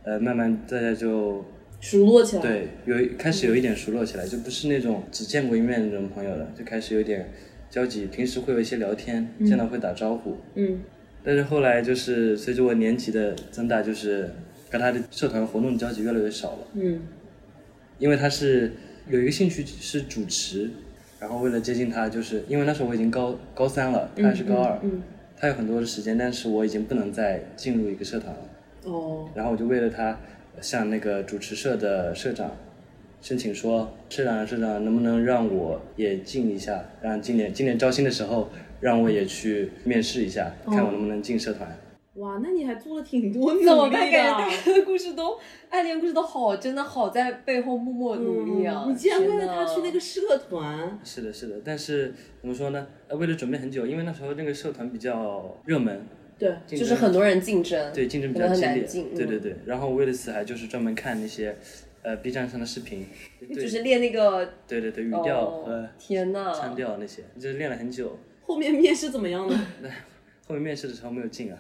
C: 呃，慢慢大家就
A: 熟络起来。，
C: 对有一开始有一点熟络起来，就不是那种只见过一面的那种朋友了，就开始有点交集，平时会有一些聊天，见到会打招呼，
A: 嗯，
C: 但是后来就是随着我年级的增大，就是跟他的社团活动交集越来越少了。
A: 嗯，
C: 因为他是有一个兴趣是主持，然后为了接近他，就是因为那时候我已经高高三了，他还
B: 嗯
C: 是高二，他有很多的时间，但是我已经不能再进入一个社团了。
A: 哦，
C: 然后我就为了他呃向那个主持社的社长申请说，社长社长能不能让我也进一下，让今年今年招新的时候让我也去面试一下，
B: 哦
C: 看我能不能进社团。
A: 哇，那你还做了挺多努力
B: 怎
A: 的。啊
B: 么办？感觉大家的故事都暗恋故事都好，真的好在背后默默努力啊！
A: 嗯你竟然为了他去那
B: 天
A: 个社团，
C: 是的，是的，但是怎么说呢？呃，为了准备很久，因为那时候那个社团比较热门，
A: 对，
B: 哪，
C: 竞
B: 就
C: 争
B: 是很多人竞争，
C: 对竞争比
B: 可
C: 较
B: 能很
C: 激
B: 难
C: 烈
B: 进，，
C: 对对
B: 嗯，
C: 对。然后为了此还就是专门看那些呃 B 站上的视频，对
B: 就是练那个
C: 对对对，语调
B: 哦
C: 和
B: 天呐，
C: 唱调那些，就是练了很久。
A: 后面面试怎么样 呢？
C: 后面面试的时候没有进 啊，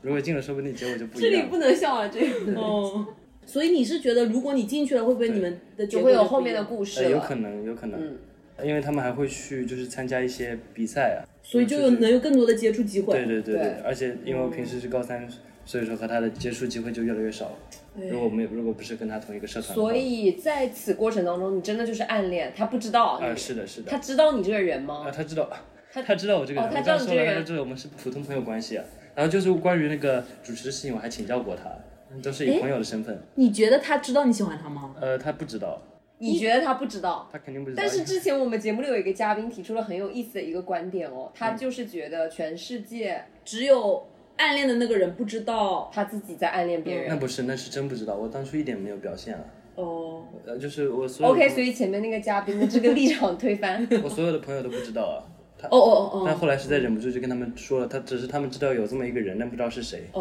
C: 如果进了，说不定结果就不一
B: 这里
C: 样
B: 不
C: 了。
B: 能笑啊，这里
A: 哦，所以你是觉得，如果你进去了，会不会你们的结
B: 就
A: 果
B: 会有
A: 不
B: 后
A: 一
B: 面的
A: 样？
B: 故事
C: 呃，
B: 了。嗯
C: 有可能，有可能，呃因为他们还会去就是参加一些比赛啊，
A: 所以就有
C: 是
A: 能有更多的接触机会。
C: 对对对
B: 对
C: 而且因为我平时是高三，所以说和他的接触机会就越来越少。如果没有，如果不是跟他同一个社团的话，
B: 所以在此过程当中，你真的就是暗恋，他不知道
C: 啊，
B: 你，
C: 是的，是的，
B: 他知道你这个人
C: 啊，
B: 吗？
C: 他知道，他知道我这个人，
B: 哦他
C: 我
B: 知道
C: 刚
B: 你
C: 说
B: 这个
C: 了，他
B: 人
C: 知道我们是普通朋友关系啊。然后就是关于那个主持的事情，我还请教过他，
B: 嗯
C: 都是以朋友的身份。
A: 你觉得他知道你喜欢他吗？
C: 呃，他不知道，
B: 你觉得他不知道？
C: 他肯定不知道。
B: 但是之前我们节目里有一个嘉宾提出了很有意思的一个观点哦，他就是觉得全世界
A: 只有暗恋的那个人不知道。
B: 他自己在暗恋别人
C: 那。不是，那是真不知道。我当初一点没有表现啊，
A: 哦，
C: 呃，就是我所有
B: OK，所以前面那个嘉宾的这个立场推翻，
C: 我所有的朋友都不知道啊。他
A: 哦哦
C: 但
A: 哦
C: 后来实在忍不住就跟他们说了，他只是他们知道有这么一个人，但不知道是谁。
A: 哦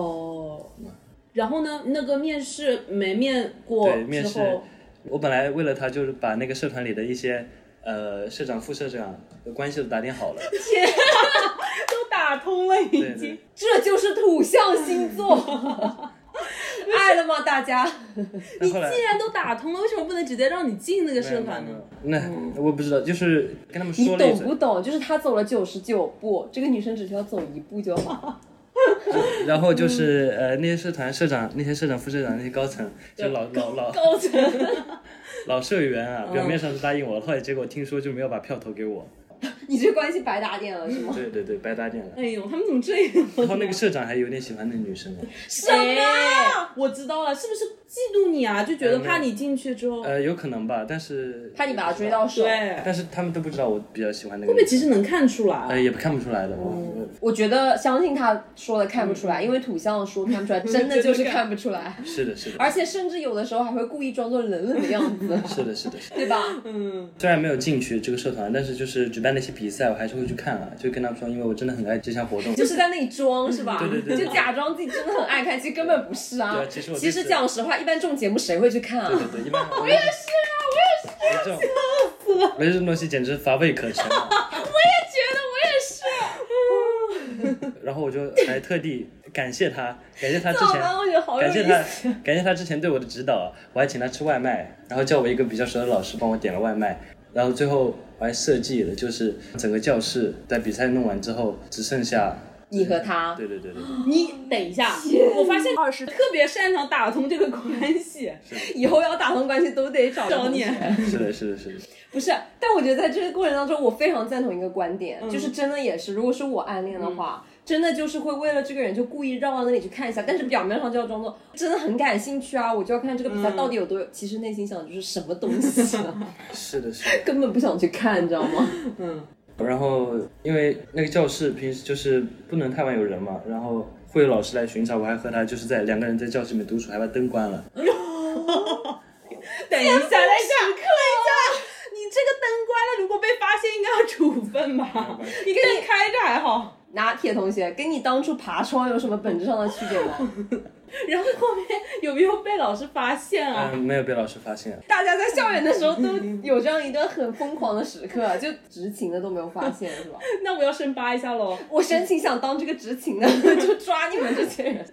A: 哦。然后呢？那个面试没面过
C: 对，面
A: 之
C: 试
A: 后，
C: 我本来为了他就是把那个社团里的一些呃社长、副社长的关系都打点好 了。
A: 都打通了，已
C: 对对
A: 经。。
B: 这就是土象星 座，爱了吗？大家，
C: 但后来
A: 既然都打通了，为什么不能直接让你进那个社团呢？
C: 那我不知道，就是跟他们
B: 你
C: 说了一
B: 懂
C: 嘴
B: 不，懂？就是他走了九十九步，这个女生只需要走一步就好。
C: 然后就是呃那些社团社长、那些社长、副社长、那些高层，就老老老
A: 高层，
C: 老社员啊，表面上是答应我，后来结果听说就没有把票投给我，
B: 你这关系白打点了是吗？
C: 对对对，白搭点了。
A: 哎呦，他们怎么这样？
C: 然后那个社长还有点喜欢那女生啊呢，
A: 什
C: 哎
A: 么？我知道了，是不是嫉妒你啊？就觉得怕你进去之后，
C: 呃，有可能吧，但是
B: 怕你把她追到，手。
A: 对，
C: 但是他们都不知道我比较喜欢那个
A: 后面
C: 女
A: 其
C: 生，
A: 实能看出
C: 呃，
A: 来，
C: 也看不出来的，我我
B: 我觉得相信他说的看不出来，因为土象说看不 出来，真的就是看不出来。
C: 是的，是的，
B: 而且甚至有的时候还会故意装作冷冷的样 子，
C: 是的，是的，是的
B: 对吧？
A: 嗯，
C: 虽然没有进去这个社团，但是就是举办那些比赛，我还是会去看啊，就跟他们说，因为我真的很爱这项活动，
B: 就是在那里装是吧？
C: 嗯对对对对
B: 就假装自己真的很爱看，其实根本不是啊
C: 对。其实我
B: 其
C: 就是
B: 实讲实话，一般这种节目谁会去看
C: 对
B: 啊？
C: 对对，一 般我也是啊，我也是，这种我觉得这种东西简直乏味可陈啊。
B: 觉得我也是。
C: 然后我就还特地感谢他，感谢他之
B: 怎么
C: 前
B: 办？我觉得好有
C: 感
B: 意
C: 谢他
B: 思。，
C: 感谢他之前对我的指导，啊我还请他吃外卖，然后叫我一个比较熟的老师帮我点了外卖，然后最后我还设计了，就是整个教室在比赛弄完之后只剩下，
B: 你和他，
C: 对对对对，
A: 你等一下，我发现二十特别擅长打通这个关系，
B: 以后要打通关系都得找
A: 找
B: 同
A: 你
B: 学
C: 对是的，是的，是的，
B: 不是，但我觉得在这个过程当中，我非常赞同一个观点，
C: 嗯
B: 就是真的也是，如果是我暗恋的话，真的就是会为了这个人就故意绕到那里去看一下，但是表面上就要装作真的很感兴趣啊，我就要看这个
C: 嗯
B: 比赛到底有多有，其实内心想的就是什么东西啊、
C: 是的，是的。
B: 根本不想去看，你知道吗？
C: 然后因为那个教室平时就是不能太晚有人嘛，然后会有老师来巡查，我还和他就是在两个人在教室里面独处，还把灯关了。
B: 哦
A: 等一下，等一下，等一下，啊你这个灯关了，如果被发现应该要处分吧？你跟人开着还好。
B: 拿铁同学，跟你当初爬窗有什么本质上的区别吗？
A: 然后后面有没有被老师发现啊？
C: 嗯，没有被老师发现。
B: 大家在校园的时候都有这样一段很疯狂的时刻， 就执勤的都没有发现， 是吧？
A: 那我要深扒一下喽。
B: 我申请想当这个执勤的， 就抓你们这些人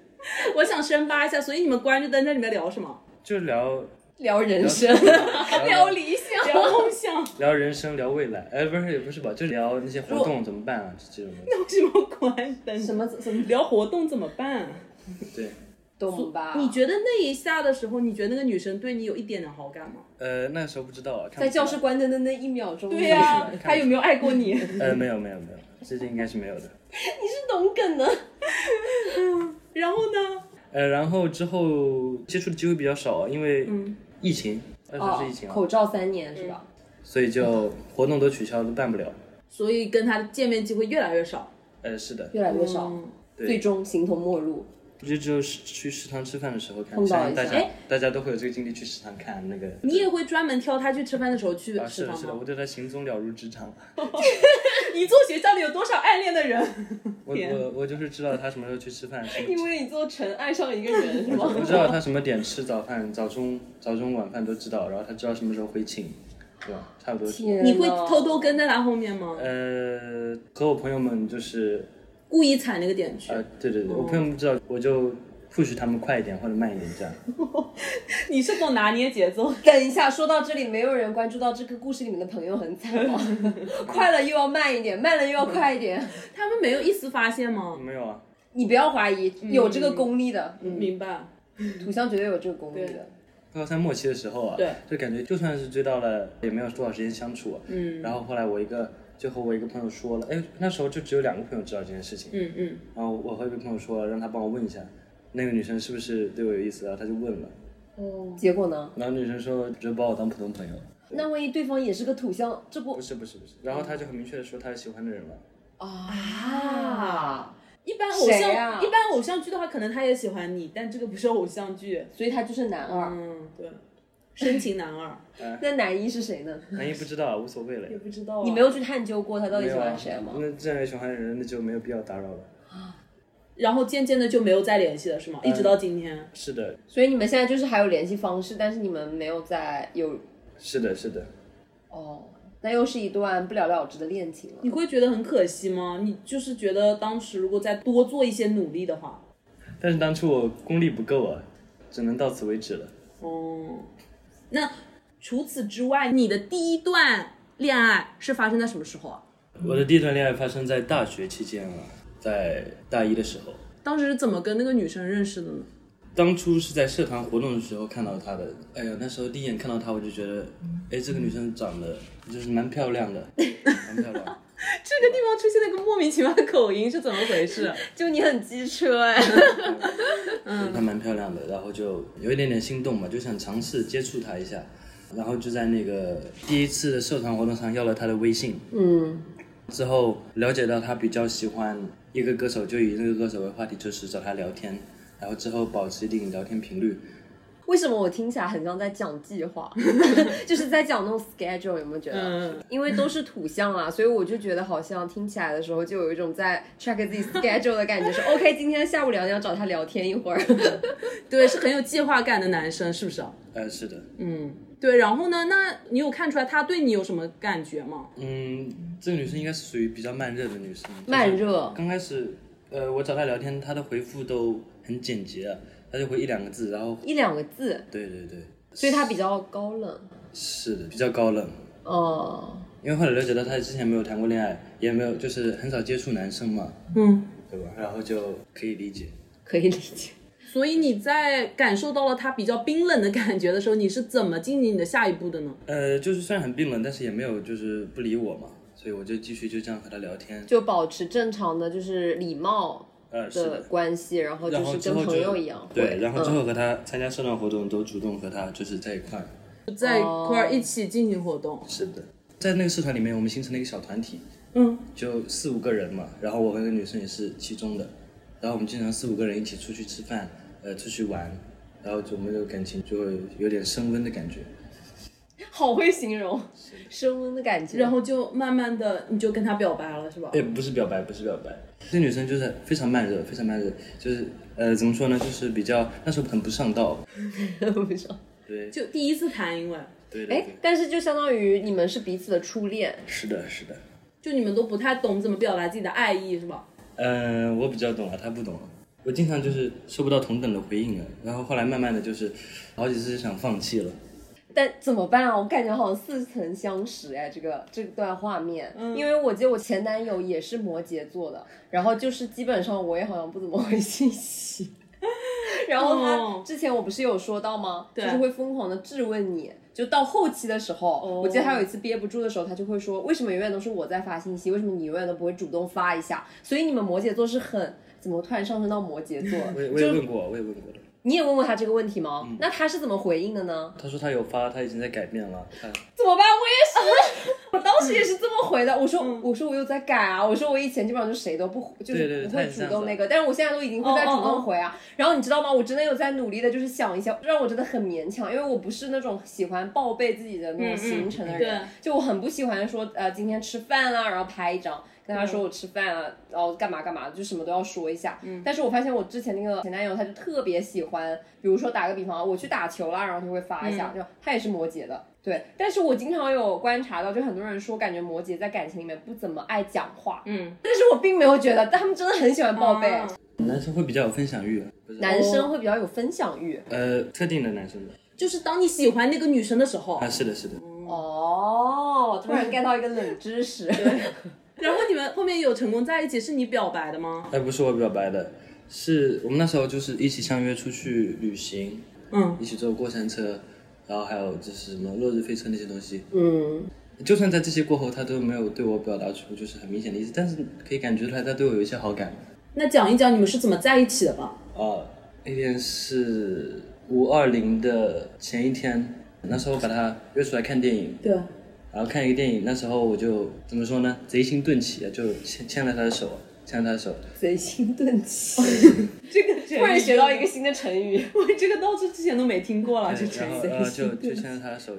A: 我想深扒一下，所以你们关着灯在里面聊什么？
C: 就聊
B: 聊人生， 聊理想。
A: 聊梦想，
C: 聊人生，聊未来，哎，不是也不是吧，就聊那些活动怎么办啊，这种东西。
A: 为什么关灯？
B: 什么怎么
A: 聊活动怎么办？
C: 对，
B: 懂吧？
A: 你觉得那一下的时候，你觉得那个女生对你有一点点好感吗？
C: 呃，那时候不知道啊，看不
B: 在教
C: 出
B: 室
C: 来，
B: 关灯的那一秒钟，
A: 对
B: 呀、
A: 呀、她有没有爱过你？
C: 呃，没有没有没有，这应该是没有的。
B: 你是懂梗的。
A: 然后呢？
C: 呃，然后之后接触的机会比较少啊，因为疫情，那时候是疫情啊，
B: 嗯哦口罩三年是吧？
C: 所以就活动都取消，都办不了。
A: 所以跟她见面机会越来越少。
C: 呃，是的，
B: 越来越少，
A: 嗯
B: 最终形同陌路。
C: 就只有是去食堂吃饭的时候看，
B: 碰到
C: 相信
B: 一
C: 大
B: 下
C: 家
A: 哎
C: 大家都会有这个经历去食堂看那个。
A: 你也会专门挑她去吃饭的时候去
C: 啊，是
A: 食
C: 的，
A: 堂
C: 是的，
A: 吗？
C: 我对他行踪了如 指掌。
A: 你做学校里有多少暗恋的人？
C: 我我我就是知道他什么时候去吃饭，什么
B: 因为你做成爱上一个人是 吗？
C: 我知道他什么点吃早饭、早中、早中晚饭都知道，然后他知道什么时候回寝，对吧？差不多。
A: 你会偷偷跟在她后面吗？
C: 呃，和我朋友们就是，
A: 故意踩那个点去？
C: 呃，对对对，我朋友们不知道，我就 push 他们快一点或者慢一点这样。
A: 你是懂拿捏节奏。
B: 等一下，说到这里，没有人关注到这个故事里面的朋友很惨吗？ 快了又要慢一点，慢了又要快一点。
A: 他们没有一丝发现吗？
C: 没有啊，
B: 你不要怀疑，有这个功力的，
A: 明白。
B: 土象绝对有这个功力的。
C: 高三末期的时候啊，
A: 对，
C: 就感觉就算是追到了，也没有多少时间相处。嗯，然后后来我一个就和我一个朋友说了，哎，那时候就只有两个朋友知道这件事情。
A: 嗯嗯。
C: 然后我和一个朋友说了，让他帮我问一下，那个女生是不是对我有意思，然啊后他就问了，
B: 结果呢？
C: 然后女生说只把我当普通朋友。
B: 那万一对方也是个土象，这不
C: 不是不是不是，然后他就很明确的说他是喜欢的人了。
B: 啊？
A: 一般偶像、
B: 谁啊
A: 一般偶像剧的话，可能他也喜欢你，但这个不是偶像剧。
B: 所以他就是男二。
A: 嗯，对，深情男 二，
C: 嗯
B: 那男一是谁呢？
C: 男一不知道啊，无所谓了呀。
A: 不知道、
B: 你没有去探究过他到底
C: 没
B: 喜
C: 有啊
B: 欢谁吗？
C: 那既然有喜欢的人，那就没有必要打扰了。
A: 然后渐渐的就没有再联系了，是
C: 嗯
A: 吗？一直到今天，
C: 是的，
B: 所以你们现在就是还有联系方式，但是你们没有在有
C: 是的，是的。
B: 哦，那又是一段不了了之的恋情了。
A: 你会觉得很可惜吗？你就是觉得当时如果再多做一些努力的话，
C: 但是当初我功力不够啊，只能到此为止了。
A: 哦，那除此之外，你的第一段恋爱是发生在什么时候啊？
C: 我的第一段恋爱发生在大学期间啊，在大一的时候，
A: 当时是怎么跟那个女生认识的呢？
C: 当初是在社团活动的时候看到她的。哎呀，那时候第一眼看到她，我就觉得，哎，这个女生长得就是蛮漂亮的，蛮漂亮的。
A: 这个地方出现了一个莫名其妙的口音，是怎么回事？啊
B: 就你很机车哎，
C: 嗯，她蛮漂亮的，然后就有一点点心动嘛，就想尝试接触她一下，然后就在那个第一次的社团活动上要了她的微信，
B: 嗯，
C: 之后了解到她比较喜欢一个歌手，就以那个歌手为话题，就是找她聊天，然后之后保持一定聊天频率，
B: 为什么我听起来很像在讲计划， 就是在讲那种 schedule，有没有觉得？
A: 嗯
B: 因为都是土象啊，所以我就觉得好像听起来的时候就有一种在 check 自己 schedule 的感觉，是 OK，今天下午两点要找他聊天一会儿。
A: 对，是很有计划感的男生，是不是？
C: 呃，是的，
A: 嗯，对。然后呢？那你有看出来他对你有什么感觉吗？
C: 嗯，这个女生应该是属于比较慢热的女生，就是
B: 慢热
C: 刚开始呃，我找他聊天，他的回复都很简洁啊，他就回一两个字，然后
B: 一两个字，
C: 对对对，
B: 所以他比较高冷。
C: 是的，比较高冷。
B: 哦，
C: 因为后来了解到他之前没有谈过恋爱，也没有就是很少接触男生嘛，
B: 嗯，
C: 对吧？然后就可以理解。
B: 可以理解。
A: 所以你在感受到了他比较冰冷的感觉的时候，你是怎么进行你的下一步的呢？
C: 呃，就是虽然很冰冷，但是也没有就是不理我嘛，所以我就继续就这样和他聊天。
B: 就保持正常的就是礼貌
C: 呃，是
B: 的
C: 的。
B: 关系，然后就
C: 然后
B: 是
C: 之
B: 跟
C: 后就
B: 朋友一样。
C: 对，
B: 会
C: 然后之
B: 嗯
C: 后和他参加社团活动都主动和他就是在一块。
A: 就在一块
B: 哦
A: 儿一起进行活动。
C: 是的，在那个社团里面，我们形成了一个小团体，
A: 嗯，
C: 就四五个人嘛，然后我和那个女生也是其中的，然后我们经常四五个人一起出去吃饭，呃，出去玩，然后就我们的感情就会有点升温的感觉。
B: 好会形容升温的感觉。
A: 然后就慢慢的你就跟他表白了，是吧？
C: 也哎不是表白，不是表白。这女生就是非常慢热，非常慢热，就是呃，怎么说呢，就是比较那时候很不上道。
B: 不知道
C: 对，
A: 就第一次谈，因为
C: 对对
B: 哎
C: 对，，
B: 但是就相当于你们是彼此的初恋，
C: 是的，是的。
A: 就你们都不太懂怎么表达自己的爱意，是吧？
C: 嗯、我比较懂了，她不懂了。我经常就是收不到同等的回应了，然后后来慢慢的就是好几次就想放弃了。
B: 但怎么办啊？我感觉好像似曾相识哎，这个这段画面，
A: 嗯
B: 因为我记得我前男友也是摩羯座的，然后就是基本上我也好像不怎么回信息。 然后他
A: 哦
B: 之前我不是有说到吗？
A: 对
B: 就是会疯狂的质问你，就到后期的时候，
A: 哦
B: 我记得他有一次憋不住的时候，他就会说，为什么永远都是我在发信息，为什么你永远都不会主动发一下？所以你们摩羯座是很怎么突然上升到摩羯座？
C: 嗯我也嗯我也问过，我也问过的。
B: 你也问过他这个问题吗？那他是怎么回应的呢？
C: 他说他有发，他已经在改变了。他
B: 怎么办？我也是，我当时也是这么回的。我说，我说我有在改啊。我说我以前基本上就谁都不回，
C: 嗯
B: 就
C: 对
B: 是
C: 对
B: 不
C: 他
B: 会
C: 也是
B: 主
C: 这样
B: 动
C: 子哦
B: 那个，但是我现在都已经会在主动回啊。然后你知道吗？我真的有在努力的，就是想一下，让我真的很勉强，因为我不是那种喜欢报备自己的那种行程的人，
A: 嗯嗯对
B: 就我很不喜欢说呃今天吃饭啦、然后拍一张。跟他说我吃饭啊，然后干嘛干嘛，就什么都要说一下。嗯，但是我发现我之前那个前男友，他就特别喜欢，比如说打个比方啊，我去打球啦，然后他就会发一下，就他也是摩羯的，对。但是我经常有观察到，就很多人说，感觉摩羯在感情里面不怎么爱讲话，
A: 嗯，
B: 但是我并没有觉得，但他们真的很喜欢报备，
A: 啊
C: 男生会比较有分享欲，不是
B: 男生会比较有分享欲。
C: 呃特定的男生的
A: 就是当你喜欢那个女生的时候，
C: 啊，是的，是的，
B: 哦，突然 get 到一个冷知 识，
A: 然后你们后面有成功在一起，是你表白的吗？
C: 哎，不是我表白的，是我们那时候就是一起相约出去旅行，
A: 嗯，
C: 一起坐过山车，然后还有就是什么落日飞车那些东西。
B: 嗯，
C: 就算在这些过后，他都没有对我表达出就是很明显的意思，但是可以感觉出来他对我有一些好感。
A: 那讲一讲你们是怎么在一起的吧。
C: 啊，那天是五二零的前一天，那时候把他约出来看电影，
B: 啊
A: 对，
C: 然后看一个电影，那时候我就怎么说呢？贼心顿起啊，就牵牵了他的手，牵了他的手。
B: 贼心 顿起，
A: 这个突
B: 突然学到一个，新的成语。
A: 我这个到这之前都没听过了，就这
C: 然后
A: 个
C: 然后 呃就就牵着他的手，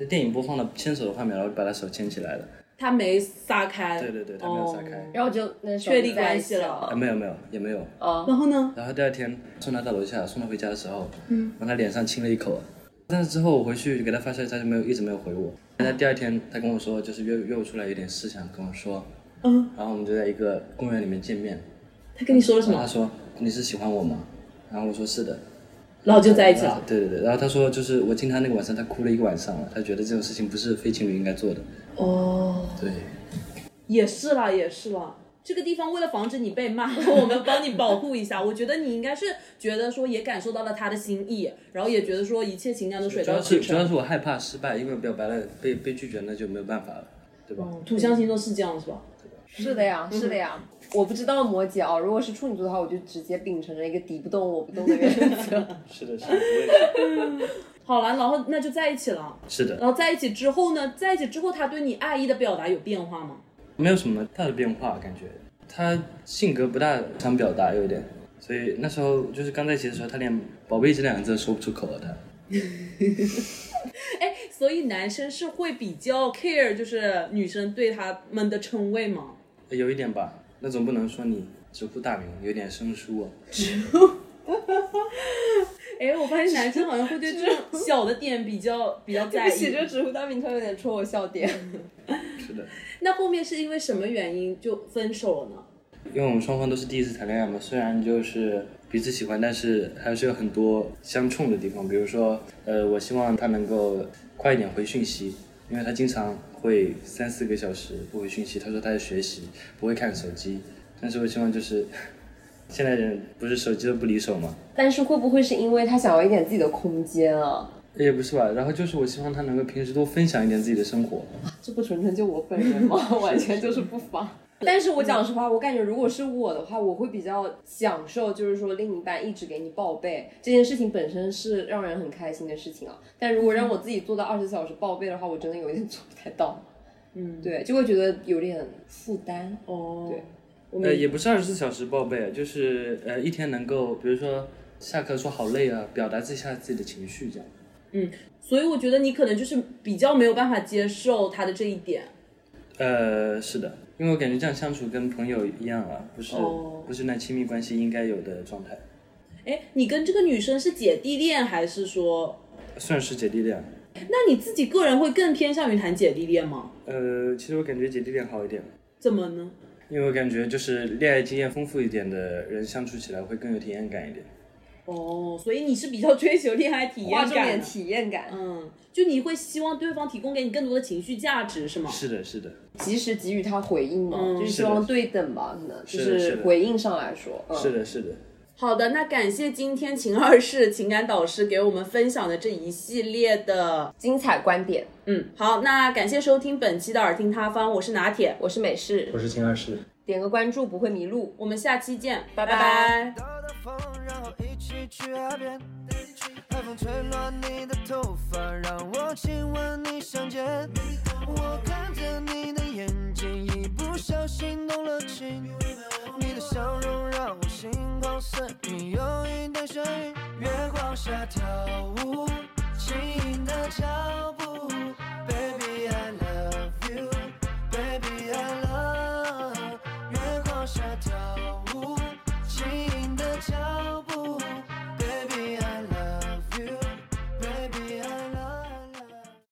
C: 就电影播放了牵手的画面，然后把他手牵起来了。
A: 他没撒开，
C: 对对对，他没有撒开，
A: 哦
B: 然后就那时候
A: 确立
B: 就在一哦
A: 关
B: 起
A: 系
C: 啊、
A: 了哦
C: 没有没有也没有。
A: 然后呢？
C: 然后第二天送他到楼下，送他回家的时候，嗯，往他脸上亲了一口。啊但是之后我回去给他发消息，他就没有一直没有回我。那第二天他跟我说，就是约约我出来有点事想跟我说，
A: 嗯，
C: 然后我们就在一个公园里面见面。
A: 他跟你说了什
C: 然后他
A: 么？
C: 说你是喜欢我吗？然后我说是的。
A: 然后就在一起了。
C: 对对对，然后他说就是我见他那个晚上，他哭了一个晚上了，他觉得这种事情不是非情侣应该做的。
A: 哦，
C: 对，
A: 也是啦，也是啦。这个地方为了防止你被 骂，我们帮你保护一下。我觉得你应该是觉得说也感受到了他的心意，然后也觉得说一切情感都水
C: 主
A: 到
C: 要是
A: 渠
C: 主要
A: 成。
C: 是我害怕失败，因为表白了被被拒绝，那就没有办法了，对吧？
A: 土象星座是这样是吧？
B: 是的
A: 嗯
B: 呀，是的呀。我不知道摩羯啊，如果是处女座的话，我就直接秉承着一个敌不动我不动的原则。
C: 是的，是的，我也
A: 好了，然后那就在一起了。
C: 是是的，
A: 然后在一起之后呢？在一起之后，他对你爱意的表达有变化吗？
C: 没有什么大的变化，感觉他性格不大想表达，有一点，所以那时候就是刚在一起的时候，他连“宝贝”这两个字都说不出口了，他。
A: 哎，所以男生是会比较 care 就是女生对他们的称谓吗？
C: 有一点吧，那总不能说你直呼大名，有点生疏啊。
A: 哎，我发现男生好像会对 这种小的点比较比较 在
B: 对
A: 意。嗯
B: 不起，这个直呼大名突然有点戳我笑点。
C: 是的，
A: 那后面是因为什么原因就分手了呢？
C: 因为我们双方都是第一次谈恋爱嘛，虽然就是彼此喜欢，但是还是有很多相冲的地方。比如说，呃，我希望他能够快一点回讯息，因为他经常会三四个小时不回讯息。他说他在学习，不会看手机。但是我希望就是 现在人不是手机都不离手嘛，
B: 但是会不会是因为他想要一点自己的空间啊？
C: 也不是吧。然后就是我希望他能够平时多分享一点自己的生活。
B: 这不纯纯就我本人吗？完全就是不发。但是我讲实话，我感觉如果是我的话，我会比较享受，就是说另一半一直给你报备这件事情本身是让人很开心的事情啊。但如果让我自己做到二十小时报备的话，我真的有点做不太到。嗯，对，就会觉得有点负担。
A: 哦，
B: 对
C: 呃，也不是二十四小时报备，就是呃一天能够，比如说下课说好累啊，表达一下自己的情绪这样。
A: 所以我觉得你可能就是比较没有办法接受他的这一点。
C: 呃，是的，因为我感觉这样相处跟朋友一样啊，不是、
A: 哦
C: 不是那亲密关系应该有的状态，
A: 哎，你跟这个女生是姐弟恋，还是说，
C: 算是姐弟恋。
A: 那你自己个人会更偏向于谈姐弟恋吗？
C: 呃，其实我感觉姐弟恋好一点，
A: 怎么呢？
C: 因为我感觉就是恋爱经验丰富一点的人相处起来会更有体验感一点。
A: 哦，所以你是比较追求恋爱体验
B: 划
A: 感
B: 重
A: 的，
B: 点体验感，
A: 嗯，就你会希望对方提供给你更多的情绪价值，是吗？
C: 是的，是的，
B: 及时给予他回应嘛，就是希
C: 是的
B: 望对等吧，可能就是
C: 的是的
B: 回应上来说，嗯、
C: 是的，是的。
A: 好的，那感谢今天秦二世情感导师给我们分享的这一系列的，
B: 精彩观点。
A: 嗯，好，那感谢收听本期的耳听他方，我是拿铁，
B: 我是美式，
C: 我是秦二师。
B: 点个关注不会迷路。
A: 我们下期见，
B: 拜拜
A: 拜
D: 兜兜风，然后一起去海边。海风吹乱你的头发，让我亲吻你香肩。我看着你的眼睛，一不小心动了情。你的笑容让我心旷神怡，有一点眩晕。月光下跳舞，轻盈的脚步。Baby I love you，Baby I love you。